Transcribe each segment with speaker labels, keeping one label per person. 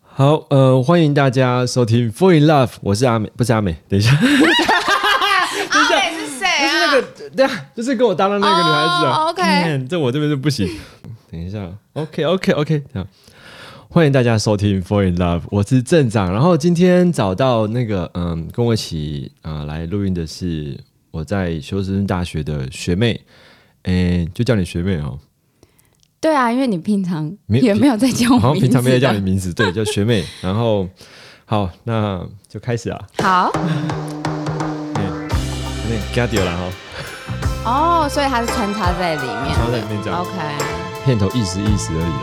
Speaker 1: 好，呃，欢迎大家收听《Fall in Love》，我是阿美，不是阿美，等一下，就
Speaker 2: 阿美是谁
Speaker 1: 是那
Speaker 2: 啊？
Speaker 1: 个，对啊，就是跟我搭档那个女孩子啊。
Speaker 2: 哦，OK
Speaker 1: 嗯这我这边就不行。等一下，OK，OK，OK，、这样。欢迎大家收听《Fall in Love》，我是镇长。然后今天找到那个，嗯，跟我一起啊、呃来录音的是我在休斯顿大学的学妹，诶，就叫你学妹哦。
Speaker 3: 对啊，因为你平常
Speaker 1: 没有
Speaker 3: 也没有在
Speaker 2: 哦
Speaker 3: 叫
Speaker 1: 好
Speaker 2: 啊
Speaker 1: 像
Speaker 3: 我名
Speaker 1: 平
Speaker 3: 字
Speaker 1: 常没有叫
Speaker 3: 的
Speaker 1: 你名字，对，叫学妹。然后，好，那就开始啊。
Speaker 3: 好
Speaker 1: 有点尬掉了哈，
Speaker 3: 哦，所以它是穿插在里面
Speaker 1: 然后在里面这样
Speaker 3: OK，
Speaker 1: 片头意思意思而已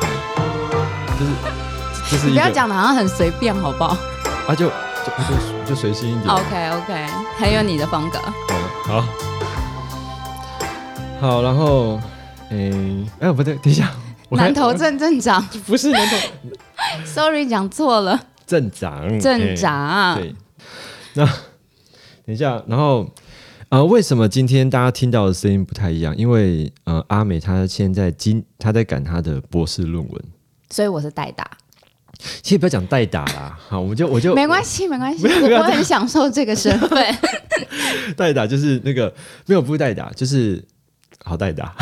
Speaker 1: 啦，就是这是
Speaker 3: 你
Speaker 1: 一
Speaker 3: 不要
Speaker 1: 个
Speaker 3: 讲的好像很随便，好不好
Speaker 1: 啊，就就就就随心一点。
Speaker 3: ？OK OK，很有你的风格。
Speaker 1: 好，好，好，然后，诶，哎，不对，等一下，我还
Speaker 3: 南头镇镇长
Speaker 1: 不是南头
Speaker 3: ，sorry 讲错了，
Speaker 1: 镇长，
Speaker 3: 镇
Speaker 1: 哎
Speaker 3: 长。
Speaker 1: 对，那等一下，然后呃，为什么今天大家听到的声音不太一样？因为呃，阿美她现在今她在赶她的博士论文，
Speaker 3: 所以我是代打，
Speaker 1: 其实不要讲代打啦，好，我们就我就
Speaker 3: 没关系，没关系，
Speaker 1: 哦没有没有
Speaker 3: 我我很享受这个 身份。
Speaker 1: 代打就是那个没有不是代打，就是好代打，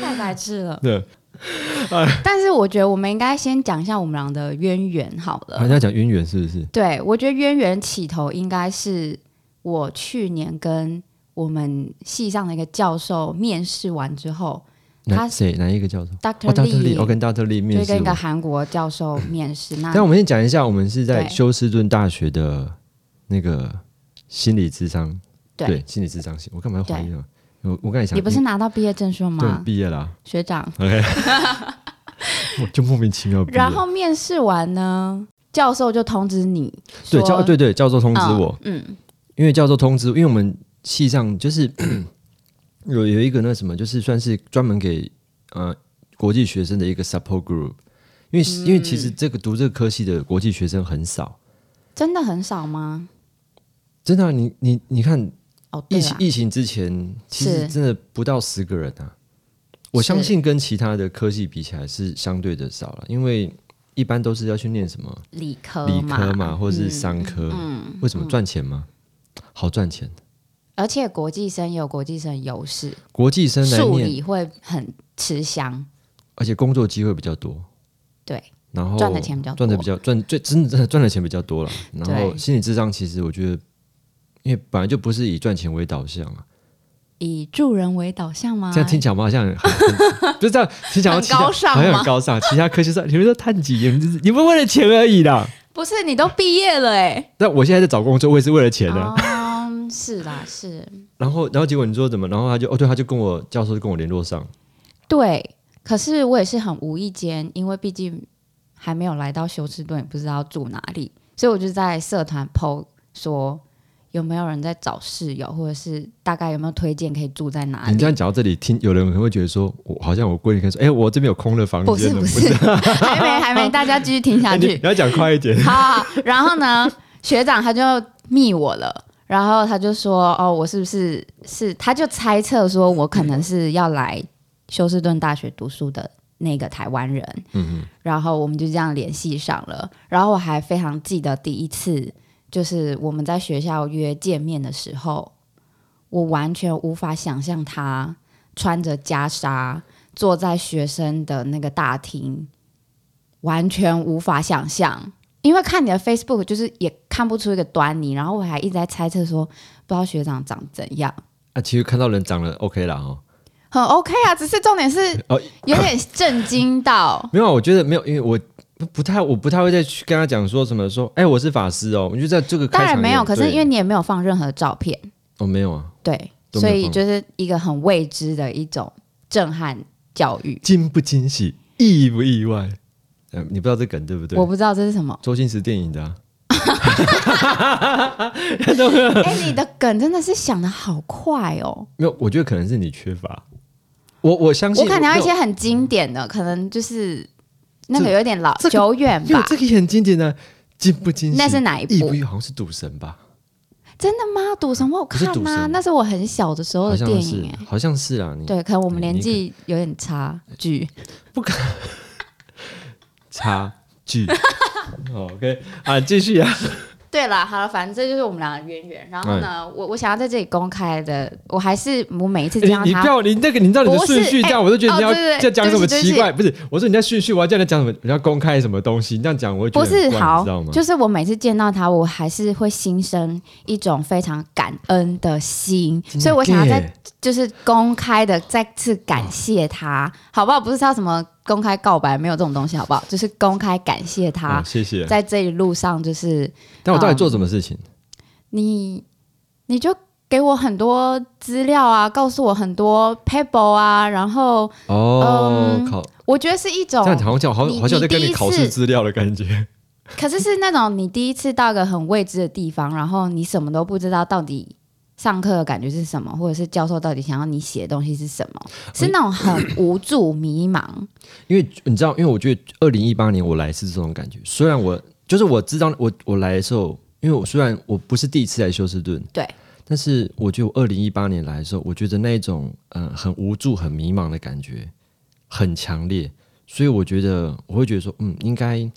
Speaker 3: 太白痴了，
Speaker 1: 对，哎
Speaker 3: 但是我觉得我们应该先讲一下我们俩的渊源好 了
Speaker 1: 好。像讲渊源是不是？
Speaker 3: 对，我觉得渊源起头应该是我去年跟我们系上的一个教授面试完之后
Speaker 1: 哪
Speaker 3: 他
Speaker 1: 谁哪一个教授？
Speaker 3: ，Dr.
Speaker 1: 哦，Dr.
Speaker 3: Lee，、
Speaker 1: Lee，我跟 Dr. Lee 面
Speaker 3: 就
Speaker 1: 试
Speaker 3: 跟一
Speaker 1: 过
Speaker 3: 个。韩国教授面试。那
Speaker 1: 但我们先讲一下，我们是在
Speaker 3: 对
Speaker 1: 休斯顿大学的那个心理智商
Speaker 3: 对
Speaker 1: 对，心理智商系，我干嘛要怀疑呢？我我刚才想，
Speaker 3: 你不是拿啊到毕业证书
Speaker 1: 对嗯
Speaker 3: 吗，，
Speaker 1: 毕业啦
Speaker 3: 学长？
Speaker 1: ，OK，我就莫名其妙毕业。
Speaker 3: 然后面试完呢，教授就通知你
Speaker 1: 对
Speaker 3: 说
Speaker 1: 教对对教授通知我，
Speaker 3: 嗯，嗯
Speaker 1: 因为教授通知，因为我们系上就是 有有一个那什么，就是算是专门给呃国际学生的一个 support group，因为、因为其实这个读这个科系的国际学生很少，
Speaker 3: 真的很少吗？
Speaker 1: 真的啊、你你你看
Speaker 3: 哦，对
Speaker 1: 疫情
Speaker 3: 啦，
Speaker 1: 疫情之前，其实
Speaker 3: 是
Speaker 1: 真的不到十个人啊。我
Speaker 3: 是
Speaker 1: 相信跟其他的科系比起来是相对的少了，因为一般都是要去念什么
Speaker 3: 理科
Speaker 1: 理科嘛，
Speaker 3: 嘛，
Speaker 1: 或是
Speaker 3: 嗯
Speaker 1: 商科。
Speaker 3: 嗯，
Speaker 1: 为什么赚钱吗？好赚钱，
Speaker 3: 而且国际生有国际生的优势，
Speaker 1: 国际生来
Speaker 3: 数
Speaker 1: 念，
Speaker 3: 理会很吃香。
Speaker 1: 而且工作机会比较多，
Speaker 3: 对，
Speaker 1: 然后
Speaker 3: 赚的钱比较多
Speaker 1: 赚的比较赚最真的真的赚的钱比较多了。然后
Speaker 3: 对
Speaker 1: 心理智商其实我觉得，因为本来就不是以赚钱为导向啊，
Speaker 3: 以助人为导向吗？
Speaker 1: 这样听起来我们好像很很不是这样听起来好像其他
Speaker 3: 很高尚吗
Speaker 1: 好像很高尚。其他科学上，你们说探几，你们就是你们为了钱而已啦。
Speaker 3: 不是，你都毕业了哎、
Speaker 1: 但我现在在找工作，我也是为了钱的、
Speaker 3: 嗯，是啦，是，
Speaker 1: 然后，然后结果你说怎么？然后他就哦，对，他就跟我教授就跟我联络上。
Speaker 3: 对。可是我也是很无意间，因为毕竟还没有来到休斯顿，也不知道住哪里，所以我就在社团 PO 说有没有人在找室友，或者是大概有没有推荐可以住在哪
Speaker 1: 你这
Speaker 3: 里。
Speaker 1: 样讲到这里，听有人可能会觉得说，我好像我闺女跟说，哎，我这边有空的房
Speaker 3: 不是
Speaker 1: 间了，
Speaker 3: 不是， 还没还没，大家继续听下
Speaker 1: 哎 你
Speaker 3: 去
Speaker 1: 你。要讲快一点。
Speaker 3: 好好，好 然后呢，学长他就密我了，然后他就说，哦，我是不是是？他就猜测说我可能是要来休斯顿大学读书的那个台湾人，
Speaker 1: 嗯
Speaker 3: 然后我们就这样联系上了。然后我还非常记得第一次，就是我们在学校约见面的时候，我完全无法想象他穿着袈裟坐在学生的那个大厅，完全无法想象。因为看你的 Facebook，就是也看不出一个端倪，然后我还一直在猜测说，不知道学长长怎样，
Speaker 1: 啊，其实看到人长得 OK 啦，哦，
Speaker 3: 很 OK 啊，只是重点是
Speaker 1: 哦，
Speaker 3: 有点震惊到
Speaker 1: 没有啊，我觉得没有，因为我不不太，我不太会再去跟他讲说什么说，哎，我是法师哦，我就在这个开
Speaker 3: 当
Speaker 1: 场
Speaker 3: 然没有，可是
Speaker 1: 对
Speaker 3: 因为你也没有放任何照片，
Speaker 1: 哦没有啊，
Speaker 3: 对，
Speaker 1: 都
Speaker 3: 所
Speaker 1: 没有
Speaker 3: 以
Speaker 1: 放
Speaker 3: 就是一个很未知的一种震撼教育。
Speaker 1: 惊不惊喜，意不意外？呃，你不知道这梗对不对，
Speaker 3: 我？不知道这是什么
Speaker 1: 周星驰电影的、啊，
Speaker 3: 哎、你的梗真的是想的好快哦！
Speaker 1: 没有，我觉得可能是你缺乏。我我相信，
Speaker 3: 我可能要一
Speaker 1: 没
Speaker 3: 些
Speaker 1: 有
Speaker 3: 很经典的，可能就是那个
Speaker 1: 这
Speaker 3: 有点老、
Speaker 1: 这个
Speaker 3: 久远
Speaker 1: 因为
Speaker 3: 吧。
Speaker 1: 这个也很经典的、惊不惊喜？
Speaker 3: 那是哪一部
Speaker 1: 意不意好像是赌神吧？
Speaker 3: 真的吗？赌神我有
Speaker 1: 不是
Speaker 3: 看
Speaker 1: 赌
Speaker 3: 吗？
Speaker 1: 神
Speaker 3: 那是我很小的时候
Speaker 1: 好
Speaker 3: 的
Speaker 1: 像
Speaker 3: 电
Speaker 1: 是
Speaker 3: 影哎、，
Speaker 1: 好像是啊。你
Speaker 3: 对，可能我们
Speaker 1: 你
Speaker 3: 年
Speaker 1: 你
Speaker 3: 纪有点差距。
Speaker 1: 差距。OK 啊，继续啊，
Speaker 3: 对了，好了，反正这就是我们俩的渊源。然后
Speaker 1: 哎
Speaker 3: 呢，我我想要在这里公开的，我还是我每一次见到
Speaker 1: 哎你不
Speaker 3: 他，
Speaker 1: 要你那个，你知道你的
Speaker 3: 不是
Speaker 1: 顺序，这样
Speaker 3: 哎
Speaker 1: 我就觉得你
Speaker 3: 哦
Speaker 1: 要
Speaker 3: 对对对
Speaker 1: 在讲什么
Speaker 3: 对不起
Speaker 1: 奇怪，不是？我说你在顺序，我要叫你讲什么，你要公开什么东西，你这样讲我会觉
Speaker 3: 不
Speaker 1: 得
Speaker 3: 是
Speaker 1: 很怪你
Speaker 3: 好
Speaker 1: 知道吗，？
Speaker 3: 就是我每次见到他，我还是会心生一种非常感恩的心，所以我想要在就是公开的再次感谢他，好不好？不是他什么公开告白，没有这种东西，好不好？就是公开感谢
Speaker 1: 啊，
Speaker 3: 他，
Speaker 1: 谢谢。
Speaker 3: 在这一路上，就是
Speaker 1: 但我到底做什么事情？
Speaker 3: 你，你就给我很多资料啊，告诉我很多 paper 啊，然后
Speaker 1: 哦
Speaker 3: 嗯，
Speaker 1: 考
Speaker 3: 我觉得是一
Speaker 1: 这
Speaker 3: 种，
Speaker 1: 样好像叫好
Speaker 3: 你
Speaker 1: 好像在跟
Speaker 3: 你第
Speaker 1: 你
Speaker 3: 一
Speaker 1: 考
Speaker 3: 次
Speaker 1: 试资料的感觉。
Speaker 3: 可是是那种你第一次到一个很未知的地方，然后你什么都不知道到底。上课的感觉是什么，或者是教授到底想要你写的东西是什么？
Speaker 1: 啊
Speaker 3: 是那种很无助、迷茫。
Speaker 1: 因为你知道，因为我觉得二零一八年我来是这种感觉。虽然我就是我知道我我来的时候，因为我虽然我不是第一次来休斯顿，
Speaker 3: 对，
Speaker 1: 但是我觉得我二零一八年来的时候，我觉得那一种呃很无助、很迷茫的感觉很强烈，所以我觉得我会觉得说，嗯，应该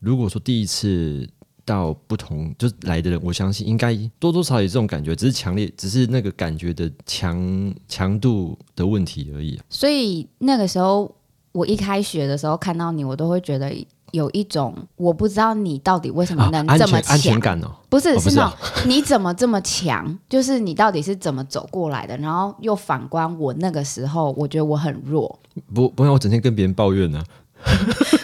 Speaker 1: 如果说第一次到不同就是来的人，我相信应该多多少少有这种感觉，只是强烈，只是那个感觉的强强度的问题而已、啊。
Speaker 3: 所以那个时候，我一开学的时候看到你，我都会觉得有一种我不知道你到底为什么能
Speaker 1: 啊安
Speaker 3: 这
Speaker 1: 全
Speaker 3: 么
Speaker 1: 安全
Speaker 3: 强，
Speaker 1: 感哦，
Speaker 3: 不是、
Speaker 1: 哦不
Speaker 3: 是
Speaker 1: 是
Speaker 3: 那
Speaker 1: 啊
Speaker 3: 种你怎么这么强？就是你到底是怎么走过来的？然后又反观我那个时候，我觉得我很弱，
Speaker 1: 不，不然我整天跟别人抱怨啊呢、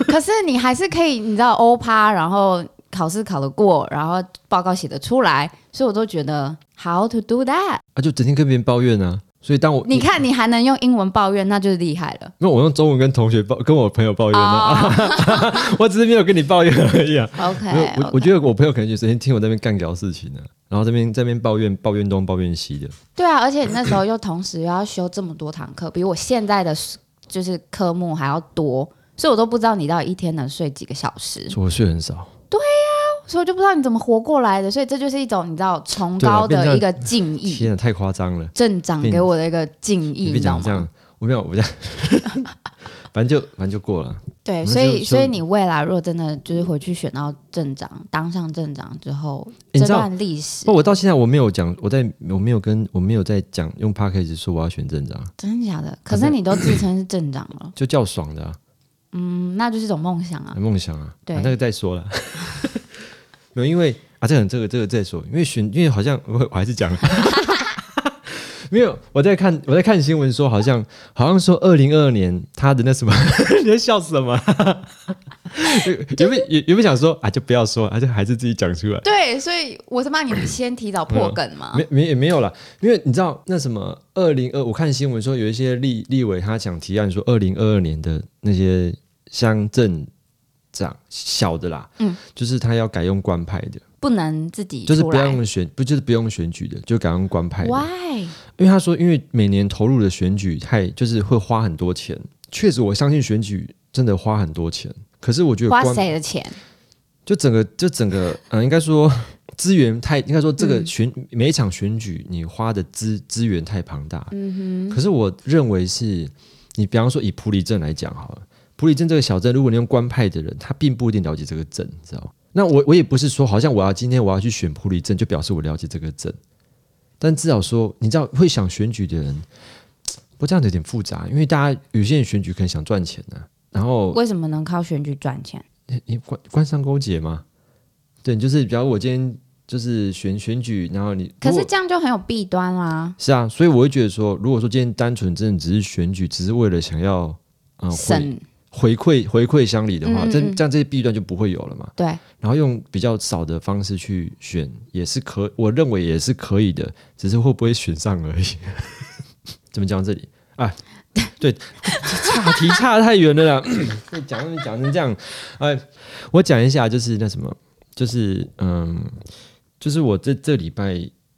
Speaker 3: 可是你还是可以，你知道欧趴，然后考试考得过，然后报告写得出来，所以我都觉得 how to do that。
Speaker 1: 啊，就整天跟别人抱怨呢、所以当我
Speaker 3: 你，看你还能用英文抱怨，那就是厉害了。
Speaker 1: 那我用中文跟同学抱，跟我朋友抱怨
Speaker 3: 哦
Speaker 1: 啊， 我只是没有跟你抱怨而已啊。没有
Speaker 3: OK，
Speaker 1: 我我觉得我朋友可能就整天听我在那边干聊事情呢、啊然后这边这边抱怨抱怨东抱怨西的，
Speaker 3: 对啊，而且你那时候又同时又要修这么多堂课，比我现在的 s- 就是科目还要多，所以我都不知道你到底一天能睡几个小时，
Speaker 1: 所以我睡很少。
Speaker 3: 所以我就不知道你怎么活过来的。所以这就是一种你知道崇
Speaker 1: 对啊
Speaker 3: 高
Speaker 1: 变
Speaker 3: 的
Speaker 1: 成
Speaker 3: 一个敬意，
Speaker 1: 天啊，太夸张了！
Speaker 3: 镇长
Speaker 1: 变
Speaker 3: 给我的一个敬意，
Speaker 1: 你
Speaker 3: 你
Speaker 1: 别
Speaker 3: 知道
Speaker 1: 讲这
Speaker 3: 吗
Speaker 1: 样？，我没有，我这样， 反正就反正就过了。
Speaker 3: 对，
Speaker 1: 我
Speaker 3: 所
Speaker 1: 就
Speaker 3: 以所以
Speaker 1: 就
Speaker 3: 你未来如果真的就是回去选到镇长，当上镇长之后，
Speaker 1: 诶你
Speaker 3: 这
Speaker 1: 知道哦
Speaker 3: 段历史
Speaker 1: 不，我到现在我没有讲，我在我没有跟我没有在讲用 p a c k a g e 说我要选镇长，
Speaker 3: 真的假的？可是你都自称是镇长了，
Speaker 1: 就叫爽的、啊。
Speaker 3: 嗯，那就是一种梦 想啊。
Speaker 1: 梦想啊，
Speaker 3: 对
Speaker 1: 啊那个再说了。 没有，因为啊，这个这个这个再说，因为选，因为好像 我我还是讲了，没有，我在看我在看新闻说，好像好像说二零二二年他的那什么， 你在笑什么？ 有没有有有没有想说啊？就不要说，啊，就还是自己讲出来。
Speaker 3: 对，所以我是帮你先提早破梗嘛。
Speaker 1: 没没也没有啦，因为你知道那什么二零二，我看新闻说有一些立立委他想提案说二零二二年的那些乡镇长小的啦，
Speaker 3: 嗯，
Speaker 1: 就是他要改用官派的，
Speaker 3: 不能自己
Speaker 1: 就是
Speaker 3: 出
Speaker 1: 不要
Speaker 3: 来。
Speaker 1: 用选，不就是不用选举的，就改用官派的，
Speaker 3: Why？
Speaker 1: 因为他说因为每年投入的选举太就是会花很多钱，确实我相信选举真的花很多钱，可是我觉得
Speaker 3: 花
Speaker 1: 官
Speaker 3: 谁的钱？
Speaker 1: 就整个就整个，嗯、应该说 资源太，应该说这个选、每一场选举你花的资资源太庞大。嗯哼。可是我认为是，你比方说以普里镇来讲好了，普里镇这个小镇，如果你用官派的人，他并不一定了解这个镇，你知道吗？那我我也不是说，好像我要今天我要去选普里镇，就表示我了解这个镇。但至少说，你知道会想选举的人，不过这样子有点复杂，因为大家有些人选举可能想赚钱呢、啊然后
Speaker 3: 为什么能靠选举赚钱？
Speaker 1: 你官官商勾结吗？对，就是比如我今天就是选选举，然后你
Speaker 3: 可
Speaker 1: 如
Speaker 3: 是
Speaker 1: 果
Speaker 3: 这样就很有弊端啦。
Speaker 1: 是啊，所以我会觉得说，如果说今天单纯真的只是选举，只是为了想要嗯、呃回
Speaker 3: 省
Speaker 1: 回馈回馈乡里的话，
Speaker 3: 嗯嗯
Speaker 1: 这
Speaker 3: 嗯
Speaker 1: 这样这些弊端就不会有了嘛。
Speaker 3: 对，
Speaker 1: 然后用比较少的方式去选也是可，我认为也是可以的，只是会不会选上而已。 怎么讲这里啊？对，差题差太远了啦。你讲你讲成这样，哎，我讲一下，就是那什么，就是嗯，就是我这这礼拜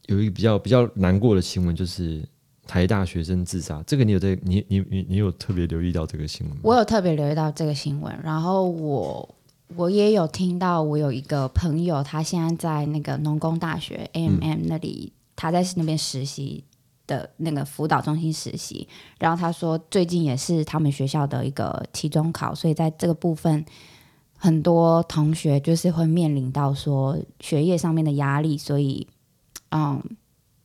Speaker 1: 有一个比较比较难过的新闻，就是台大学生自杀。这个你有在你你你你有特别留意到这个新闻吗？
Speaker 3: 我有特别留意到这个新闻，然后我我也有听到，我有一个朋友，他现在在那个农工大学 AMM 那里，他在那边实习的那个辅导中心实习，然后他说最近也是他们学校的一个期中考，所以在这个部分。很多同学就是会面临到说学业上面的压力，所以嗯，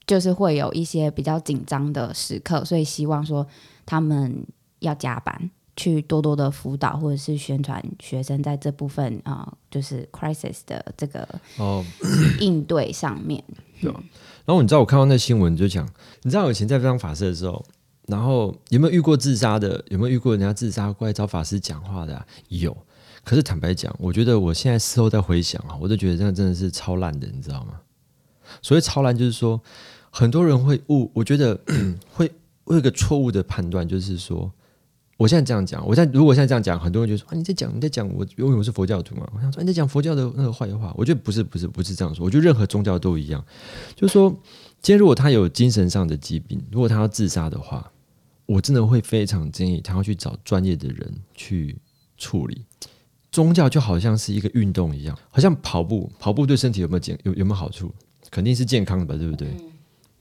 Speaker 3: 就是会有一些比较紧张的时刻，所以希望说他们要加班。去多多的辅导或者是宣传学生在这部分啊、呃就是 crisis 的这个
Speaker 1: 哦，
Speaker 3: 应对上面。
Speaker 1: 然后你知道我看到那新闻就讲，你知道我以前在当法师的时候，然后有没有遇过自杀的？有没有遇过人家自杀过来找法师讲话的、啊？有。可是坦白讲，我觉得我现在事后再回想啊，我都觉得那真的是超烂的，你知道吗？所谓超烂，就是说很多人会误，我觉得 会会有一个错误的判断，就是说。我现在这样讲，我现在如果现在这样讲，很多人就说啊，你在讲你在讲我，因为我是佛教徒嘛，我想说、啊你在讲佛教的那个坏话。我觉得不是不是不是这样说，我觉得任何宗教都一样，就是说，今天如果他有精神上的疾病，如果他要自杀的话，我真的会非常建议他要去找专业的人去处理。宗教就好像是一个运动一样，好像跑步，跑步对身体有没有健有有没有好处？肯定是健康的吧，对不对？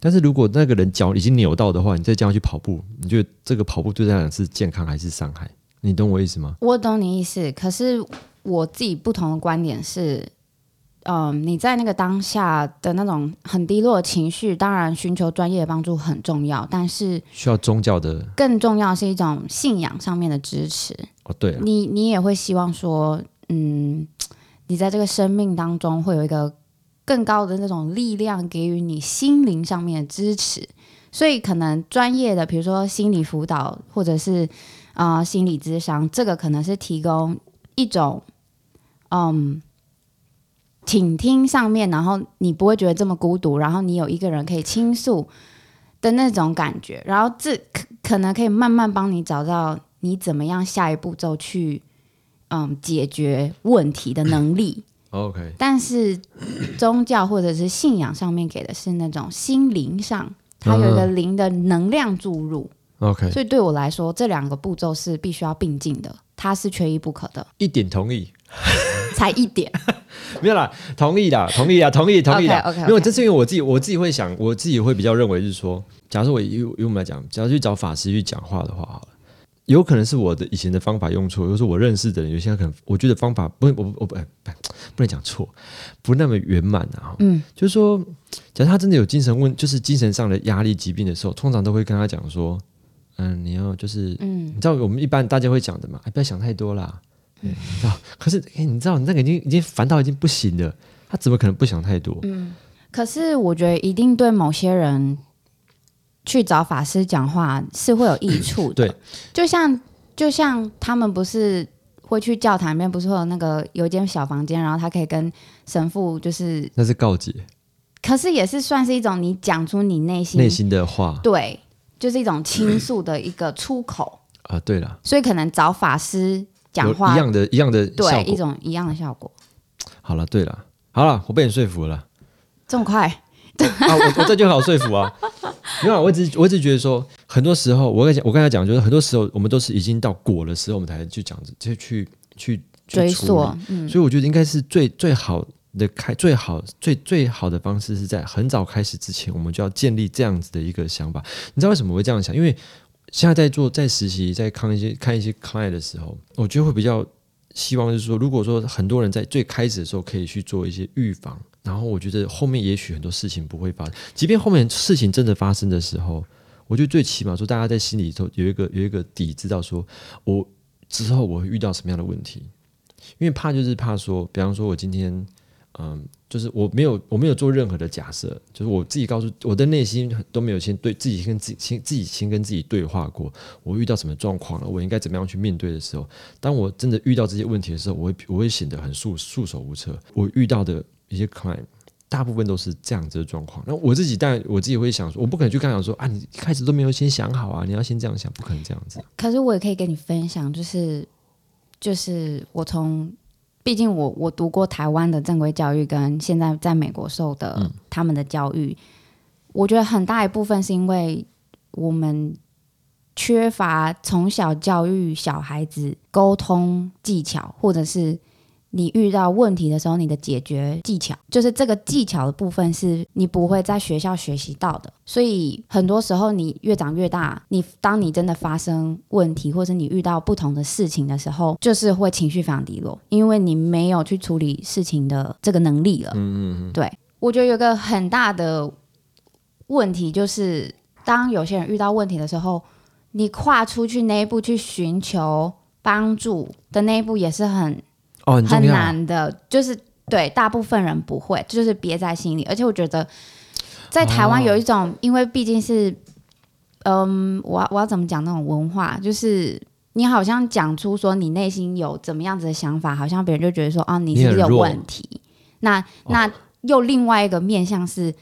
Speaker 1: 但是如果那个人脚已经扭到的话，你再这样去跑步，你觉得这个跑步对他来讲是健康还是伤害？你懂我意思吗？
Speaker 3: 我懂你意思，可是我自己不同的观点是，嗯，你在那个当下的那种很低落的情绪，当然寻求专业的帮助很重要，但是
Speaker 1: 需要宗教的
Speaker 3: 更重要是一种信仰上面的支持。
Speaker 1: 哦，对了，
Speaker 3: 你你也会希望说，嗯，你在这个生命当中会有一个更高的那种力量给予你心灵上面的支持，所以可能专业的，比如说心理辅导或者是啊、呃心理咨商，这个可能是提供一种嗯倾听上面，然后你不会觉得这么孤独，然后你有一个人可以倾诉的那种感觉，然后这可可能可以慢慢帮你找到你怎么样下一步骤去嗯解决问题的能力。
Speaker 1: OK，
Speaker 3: 但是宗教或者是信仰上面给的是那种心灵上，它有一个灵的能量注入，
Speaker 1: OK，
Speaker 3: 所以对我来说，这两个步骤是必须要并进的，它是缺一不可的，
Speaker 1: 一点同意，
Speaker 3: 才一点。
Speaker 1: 没有啦，同意啦，同意啦，同意，同意啦。
Speaker 3: OK，OK，OK
Speaker 1: 没有，这是因为我自己，我自己会想，我自己会比较认为是说，假如说我以以我们来讲，只要去找法师去讲话的话，好了。有可能是我的以前的方法用错，又是我认识的人，有些可能我觉得方法不，我不我不哎不不能讲错，不那么圆满啊。嗯，就是说，假如他真的有精神问，就是精神上的压力疾病的时候，通常都会跟他讲说，嗯，你要就是
Speaker 3: 嗯
Speaker 1: 你知道我们一般大家会讲的嘛，哎，不要想太多啦。对你知道，可是哎，你知道你那个已经已经烦到已经不行了，他怎么可能不想太多？
Speaker 3: 嗯可是我觉得一定对某些人去找法师讲话是会有益处的，
Speaker 1: 对，
Speaker 3: 就像就像他们不是。会去教堂里面，不是会有那个有一间小房间，然后他可以跟神父就是，
Speaker 1: 那是告解
Speaker 3: 可是也是算是一种你讲出你内心
Speaker 1: 内心的话
Speaker 3: 对，就是一种倾诉的一个 出口，
Speaker 1: 啊。对了，
Speaker 3: 所以可能找法师讲
Speaker 1: 有
Speaker 3: 话
Speaker 1: 一，样的一样的效
Speaker 3: 对一
Speaker 1: 果。
Speaker 3: 种一样的效果，
Speaker 1: 好了，对了，好了，我被你说服 了。
Speaker 3: 这么快。
Speaker 1: 啊，我我这就很好说服啊。没有啊，我只我只觉得说，很多时候我跟讲，我刚才讲，就是很多时候我们都是已经到果的时候，我们才去讲，就去去去
Speaker 3: 追
Speaker 1: 处理
Speaker 3: 溯，嗯，
Speaker 1: 所以我觉得应该是最最好的开最好最最好的方式是在很早开始之前，我们就要建立这样子的一个想法。你知道为什么我会这样想？因为现在在做在实习在看一些看一些 client 的时候，我觉得会比较希望就是说，如果说很多人在最开始的时候可以去做一些预防，然后我觉得后面也许很多事情不会发生，即便后面事情真的发生的时候。我觉得最起码说，大家在心里头有一个有一个底，知道说我之后我会遇到什么样的问题，因为怕就是怕说，比方说我今天，嗯，就是我没有我没有做任何的假设，就是我自己告诉我的内心都没有先对自己跟自己先自己先跟自己对话过，我遇到什么状况了，我应该怎么样去面对的时候，当我真的遇到这些问题的时候，我会我会显得很束束手无策。我遇到的一些 client。大部分都是这样子的状况。那我自己，当然我自己会想说，我不可能去跟他讲说啊，你一开始都没有先想好啊，你要先这样想，不可能这样子。
Speaker 3: 可是我也可以跟你分享，就是就是我从，毕竟我我读过台湾的正规教育，跟现在在美国受的、他们的教育，我觉得很大一部分是因为我们缺乏从小教育小孩子沟通技巧，或者是你遇到问题的时候，你的解决技巧，就是这个技巧的部分是你不会在学校学习到的。所以很多时候，你越长越大，你当你真的发生问题，或者你遇到不同的事情的时候，就是会情绪非常低落，因为你没有去处理事情的这个能力了。
Speaker 1: 嗯嗯
Speaker 3: 对我觉得有个很大的问题就是，当有些人遇到问题的时候，你跨出去那一步去寻求帮助的那一步也是很
Speaker 1: 嗯，哦，很重
Speaker 3: 很
Speaker 1: 要。
Speaker 3: 难的，就是对大部分人不会，就是憋在心里。而且我觉得嗯在台湾
Speaker 1: 哦
Speaker 3: 有一种，因为毕竟是，嗯，我要我要怎么讲那种文化，就是。你好像讲出说你内心有怎么样子的想法，好像别人就觉得说啊，你是不是
Speaker 1: 你
Speaker 3: 有
Speaker 1: 很弱
Speaker 3: 问题？那那又另外一个面向是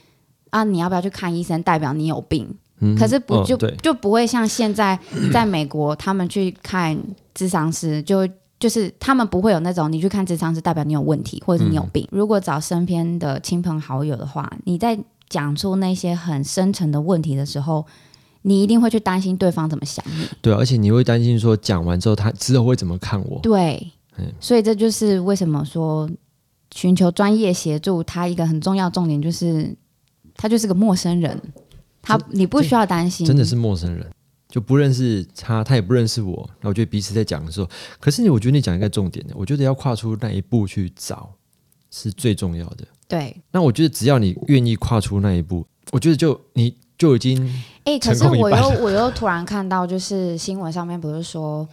Speaker 3: 啊，你要不要去看医生？代表你有病。
Speaker 1: 嗯
Speaker 3: 可是不
Speaker 1: 嗯
Speaker 3: 就、
Speaker 1: 对，
Speaker 3: 就不会像 现在在美国，他们去看智商师，就就是他们不会有那种你去看智商师代表你有问题或者是你有
Speaker 1: 嗯
Speaker 3: 病。如果找身边的亲朋好友的话，你在讲出那些很深层的问题的时候，你一定会去担心对方怎么想你。
Speaker 1: 对啊，而且你会担心说讲完之后他之后会怎么看我？
Speaker 3: 对
Speaker 1: 嗯，
Speaker 3: 所以这就是为什么说寻求专业协助，它一个很重要重点就是，他就是个陌生人，他你不需要担心，
Speaker 1: 真的是陌生人，就不认识他，他也不认识我。那我觉得彼此在讲的时候，可是你，我觉得你讲一个重点的，我觉得要跨出那一步去找是最重要的。
Speaker 3: 对。
Speaker 1: 那我觉得只要你愿意跨出那一步，我觉得就你就已经
Speaker 3: 哎、可是
Speaker 1: 成功一
Speaker 3: 我
Speaker 1: 半
Speaker 3: 又我又突然看到，就是新闻上面不是说，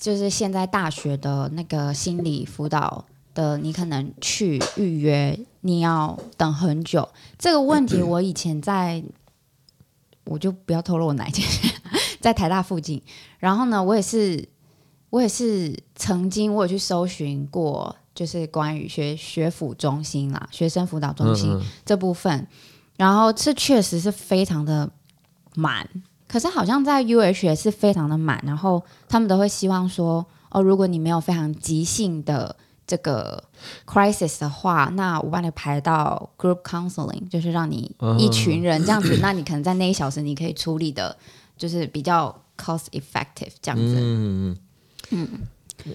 Speaker 3: 就是现在大学的那个心理辅导的，你可能去预约，你要等很久。这个问题我以前在，我就不要透露我哪一间， 在台大附近。然后呢，我也是，我也是曾经我有去搜寻过，就是关于学学辅中心啦，学生辅导中心。
Speaker 1: 嗯嗯
Speaker 3: 这部分，然后这确实是非常的满，可是好像在 UH 也是非常的满，然后他们都会希望说，哦，如果你没有非常急性的这个 crisis 的话，那我帮你排到 group counseling，就是让你
Speaker 1: 嗯
Speaker 3: 一群人这样子，那你可能在那一小时你可以处理的，就是比较 cost effective 这样子。
Speaker 1: 嗯，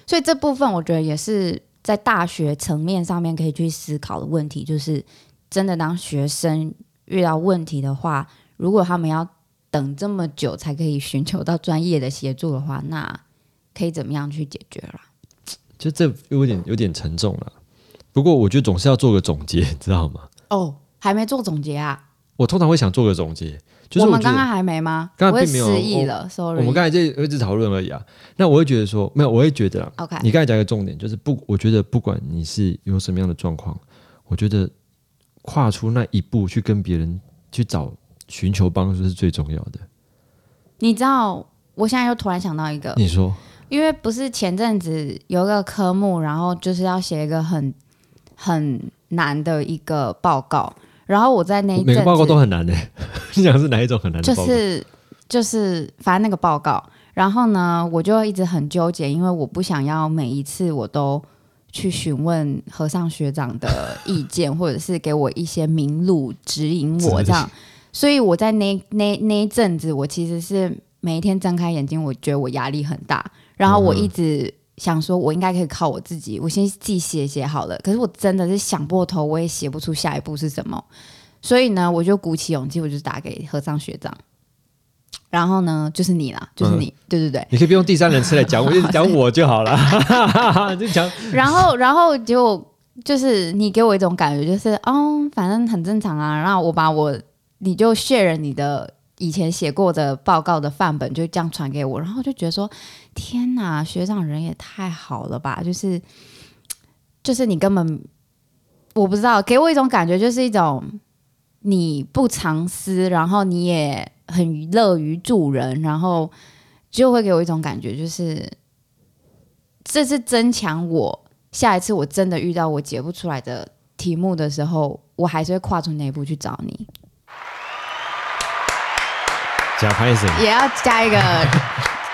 Speaker 3: 所以这部分我觉得也是在大学层面上面可以去思考的问题，就是真的当学生遇到问题的话，如果他们要等这么久才可以寻求到专业的协助的话，那可以怎么样去解决啦？
Speaker 1: 就这有点有点沉重了。不过我觉得总是要做个总结， 知道吗？
Speaker 3: 哦，还没做总结啊？
Speaker 1: 我通常会想做个总结，就是
Speaker 3: 我
Speaker 1: 我
Speaker 3: 们
Speaker 1: 觉得
Speaker 3: 刚刚还没吗？
Speaker 1: 刚
Speaker 3: 我
Speaker 1: 刚
Speaker 3: 也
Speaker 1: 并没有
Speaker 3: 失忆
Speaker 1: 我
Speaker 3: 了
Speaker 1: 我
Speaker 3: ，sorry。
Speaker 1: 们刚才就一直讨论而已啊。那我会觉得说，没有，我会觉得啊，
Speaker 3: OK，
Speaker 1: 你刚才讲一个重点，就是不，我觉得不管你是有什么样的状况，我觉得跨出那一步去跟别人去找寻求帮助是最重要的。
Speaker 3: 你知道我现在又突然想到一个，
Speaker 1: 你说，
Speaker 3: 因为不是前阵子有一个科目，然后就是要写一个很很难的一个报告，然后我在那一
Speaker 1: 每
Speaker 3: 阵
Speaker 1: 个
Speaker 3: 子
Speaker 1: 报告都很难的、 你讲的是哪一种很难
Speaker 3: 就
Speaker 1: 的报告？
Speaker 3: 是就是反正那个报告，然后呢，我就一直很纠结，因为我不想要每一次我都去询问和尚学长 的意见，或者是给我一些明路指引我这样，所以我在那那那一阵子，我其实是每一天睁开眼睛，我觉得我压力很大，然后我
Speaker 1: 嗯
Speaker 3: 一直。想说，我应该可以靠我自己，我先自己写写好了。可是我真的是想破头，我也写不出下一步是什么。所以呢，我就鼓起勇气，我就打给和尚学长。然后呢，就是你啦，就是你，对对对。
Speaker 1: 你可以不用第三人称来讲我，就讲我就 好了，就讲
Speaker 3: 然后，然后结果就是你给我一种感觉，就是哦，反正很正常啊。然后我把我，你就 share 你的以前写过的报告的范本，就这样传给我。然后我就觉得说，天哪，学长人也太好了吧！就是，就是你根本我不知道，给我一种感觉，就是一种你不藏私，然后你也很乐于助人，然后就会给我一种感觉，就是这是增强我下一次我真的遇到我解不出来的题目的时候，我还是会跨出那一步去找你，
Speaker 1: 假拍谁？
Speaker 3: 也要加一个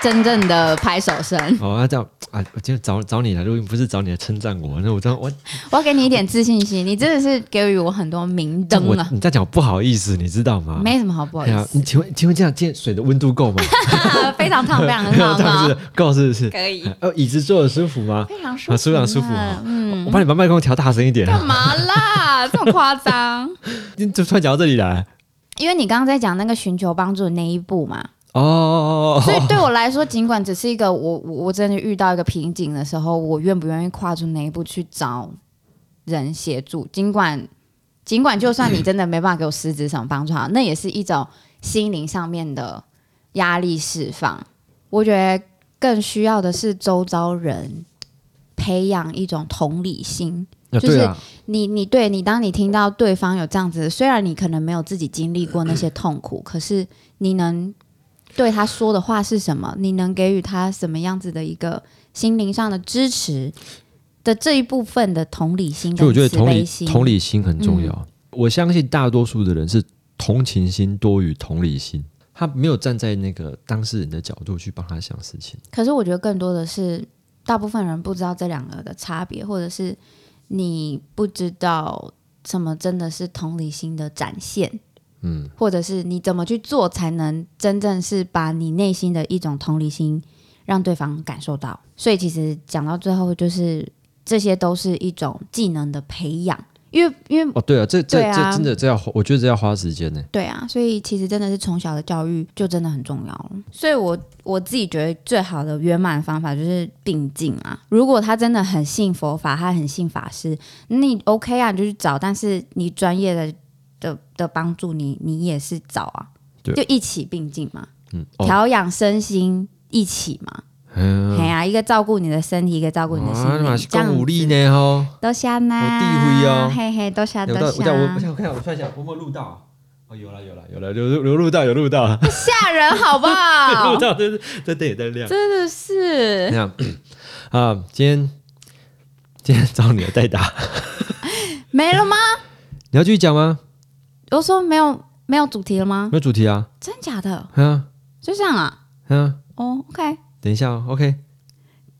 Speaker 3: 真正的拍手声。
Speaker 1: 哦，那这样啊，我今天找找你来录音，不是找你来称赞我，那我这样我
Speaker 3: 我要给你一点自信心，你真的是给予我很多明
Speaker 1: 这样
Speaker 3: 灯
Speaker 1: 我
Speaker 3: 啊，
Speaker 1: 你这样讲我不好意思，你知道吗？
Speaker 3: 没什么好不好
Speaker 1: 哎呀
Speaker 3: 意，
Speaker 1: 你请问请问这样今天水的温度够吗？
Speaker 3: 思， 非常烫，非常
Speaker 1: 这
Speaker 3: 烫，
Speaker 1: 样
Speaker 3: 啊很
Speaker 1: 是
Speaker 3: 好
Speaker 1: 够是不是？
Speaker 2: 可以
Speaker 1: 呃，椅子坐的舒服吗？
Speaker 3: 非常舒服
Speaker 1: 啊，
Speaker 3: 呢，
Speaker 1: 舒服舒服哈。
Speaker 3: 嗯，
Speaker 1: 我帮你把麦克风调大声一点啊。
Speaker 3: 干嘛啦？这么夸 张？
Speaker 1: 你怎么突然讲到这里来？
Speaker 3: 因为你刚刚在讲那个寻求帮助的那一步嘛，
Speaker 1: 哦哦哦
Speaker 3: 所
Speaker 1: 哦
Speaker 3: 以对我来说，尽管只是一个我我我真的遇到一个瓶颈的时候，我愿不愿意跨出那一步去找人协助？尽管尽管就算你真的没办法给我实质上帮助，好，那也是一种心灵上面的压力释放。我觉得更需要的是周遭人培养一种同理心，
Speaker 1: 哦，啊
Speaker 3: 就是
Speaker 1: 对啊，
Speaker 3: 你你对你，当你听到对方有这样子，虽然你可能没有自己经历过那些痛苦，可是你能对他说的话是什么？你能给予他什么样子的一个心灵上的支持的这一部分的同理心
Speaker 1: 所以我
Speaker 3: 跟
Speaker 1: 觉得
Speaker 3: 慈
Speaker 1: 同
Speaker 3: 悲
Speaker 1: 理
Speaker 3: 心？嗯
Speaker 1: 同理心很重要。我相信大多数的人是同情心多于同理心，他没有站在那个当事人的角度去帮他想事情。
Speaker 3: 可是我觉得更多的是，大部分人不知道这两个的差别，或者是你不知道什么真的是同理心的展现，嗯，或者是你怎么去做才能真正是把你内心的一种同理心让对方感受到。所以其实讲到最后，就是这些都是一种技能的培养，因为因为
Speaker 1: 哦，对啊，这这、
Speaker 3: 对啊
Speaker 1: 这真的这要花，我觉得这要花时间呢、
Speaker 3: 对啊，所以其实真的是从小的教育就真的很重要了。所以我我自己觉得最好的圆满方法就是并进啊。如果他真的很信佛法，他很信法师，你 OK 啊，你就去找。但是你专业的的的帮助你，你也是找啊，
Speaker 1: 对
Speaker 3: 就一起并进嘛，
Speaker 1: 嗯，哦，
Speaker 3: 调养身心一起嘛。
Speaker 1: 嗯，
Speaker 3: 哎呀、一个照顾你的身体，一个照顾你的心
Speaker 1: 哇，嘛
Speaker 3: 灵，
Speaker 1: 是
Speaker 3: 这样
Speaker 1: 讲
Speaker 3: 子
Speaker 1: 武力呢吼。
Speaker 3: 多谢呐，
Speaker 1: 有地位哦
Speaker 3: 嘿嘿，多谢
Speaker 1: 有到
Speaker 3: 多
Speaker 1: 我在我我
Speaker 3: 谢，
Speaker 1: 想我看我突然想，我有没有录到啊？哦，有了有了有了，有有有录到有录到，
Speaker 3: 吓人好不
Speaker 1: 有
Speaker 3: 好
Speaker 1: 录？到，这是这灯也在亮。
Speaker 3: 真的是
Speaker 1: 那。样啊，今天今天找你的代打，
Speaker 3: 没了吗？
Speaker 1: 你要继续讲吗？
Speaker 3: 我说没有没有主题了吗？
Speaker 1: 没有主题啊，
Speaker 3: 真假的？
Speaker 1: 嗯
Speaker 3: 就这样啊？
Speaker 1: 嗯，
Speaker 3: 哦，OK。
Speaker 1: 等一下哦，OK，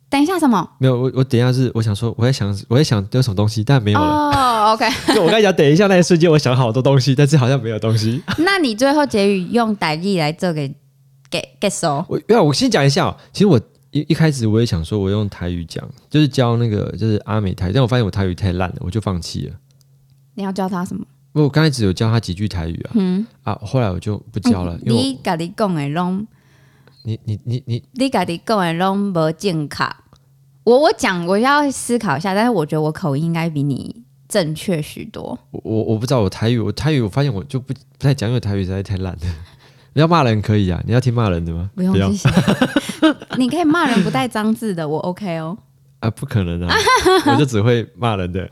Speaker 3: 等一下什么？
Speaker 1: 没有我我等一下是我想说我在想我在想有什么东西，但没有了。
Speaker 3: 哦，OK。
Speaker 1: 就我刚才讲等一下那一瞬间，我想好多东西， 但是好像没有东西。
Speaker 3: 那你最后结语用傣语来做给给给收。
Speaker 1: 我要我先讲一下、哦，其实我一一开始我也想说我用台语讲，就是教那个就是阿美台语，但我发现我台语太烂了，我就放弃了。
Speaker 3: 你要教他什么？
Speaker 1: 不，我刚开始有教他几句台语啊，啊，后来我就不教了，因为我
Speaker 3: 嗯你家己讲的拢，
Speaker 1: 你你你你
Speaker 3: 你家己讲的拢无正确。我我讲我要思考一下，但是我觉得我口音应该比你正确许多。
Speaker 1: 我我我不知道我台语，我台语我发现我就不不太讲，因为台语实在太烂了。 你要骂人可以啊，你要听骂人的吗？
Speaker 3: 不用
Speaker 1: 要
Speaker 3: 谢谢。 你可以骂人不带脏字的，我 OK 哦。
Speaker 1: 啊，不可能啊， 我就只会骂人的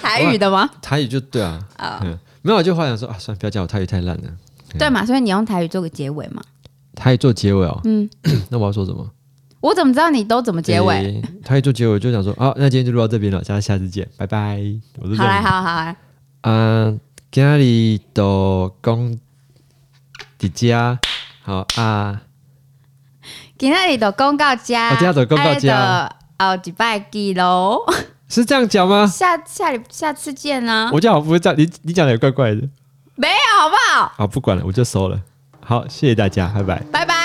Speaker 3: 台语的吗？
Speaker 1: 台语就对 啊，嗯，没有我就话想说啊，算了不要讲我台语太烂了，
Speaker 3: 对嘛，所以你用台语做个结尾嘛。
Speaker 1: 台语做结尾哦，嗯， 那我要说什么？
Speaker 3: 我怎么知道你都怎么结尾？
Speaker 1: 诶，台语做结尾就想说啊，那今天就录到这边了，大家下次见，拜拜。我是
Speaker 3: 好来，
Speaker 1: 啊
Speaker 3: 好好来，，
Speaker 1: 呃今日都讲迪家，好啊，
Speaker 3: 今天你就讲到这，
Speaker 1: 哦今天就讲到这
Speaker 3: 啊那就后一拜见喽，
Speaker 1: 是这样讲吗？
Speaker 3: 下下礼下次见啦，
Speaker 1: 我就好不会这样，你你讲的也怪怪的。
Speaker 3: 没有好不好？
Speaker 1: 好，不管了，我就收了。好，谢谢大家，拜拜。
Speaker 3: 拜拜。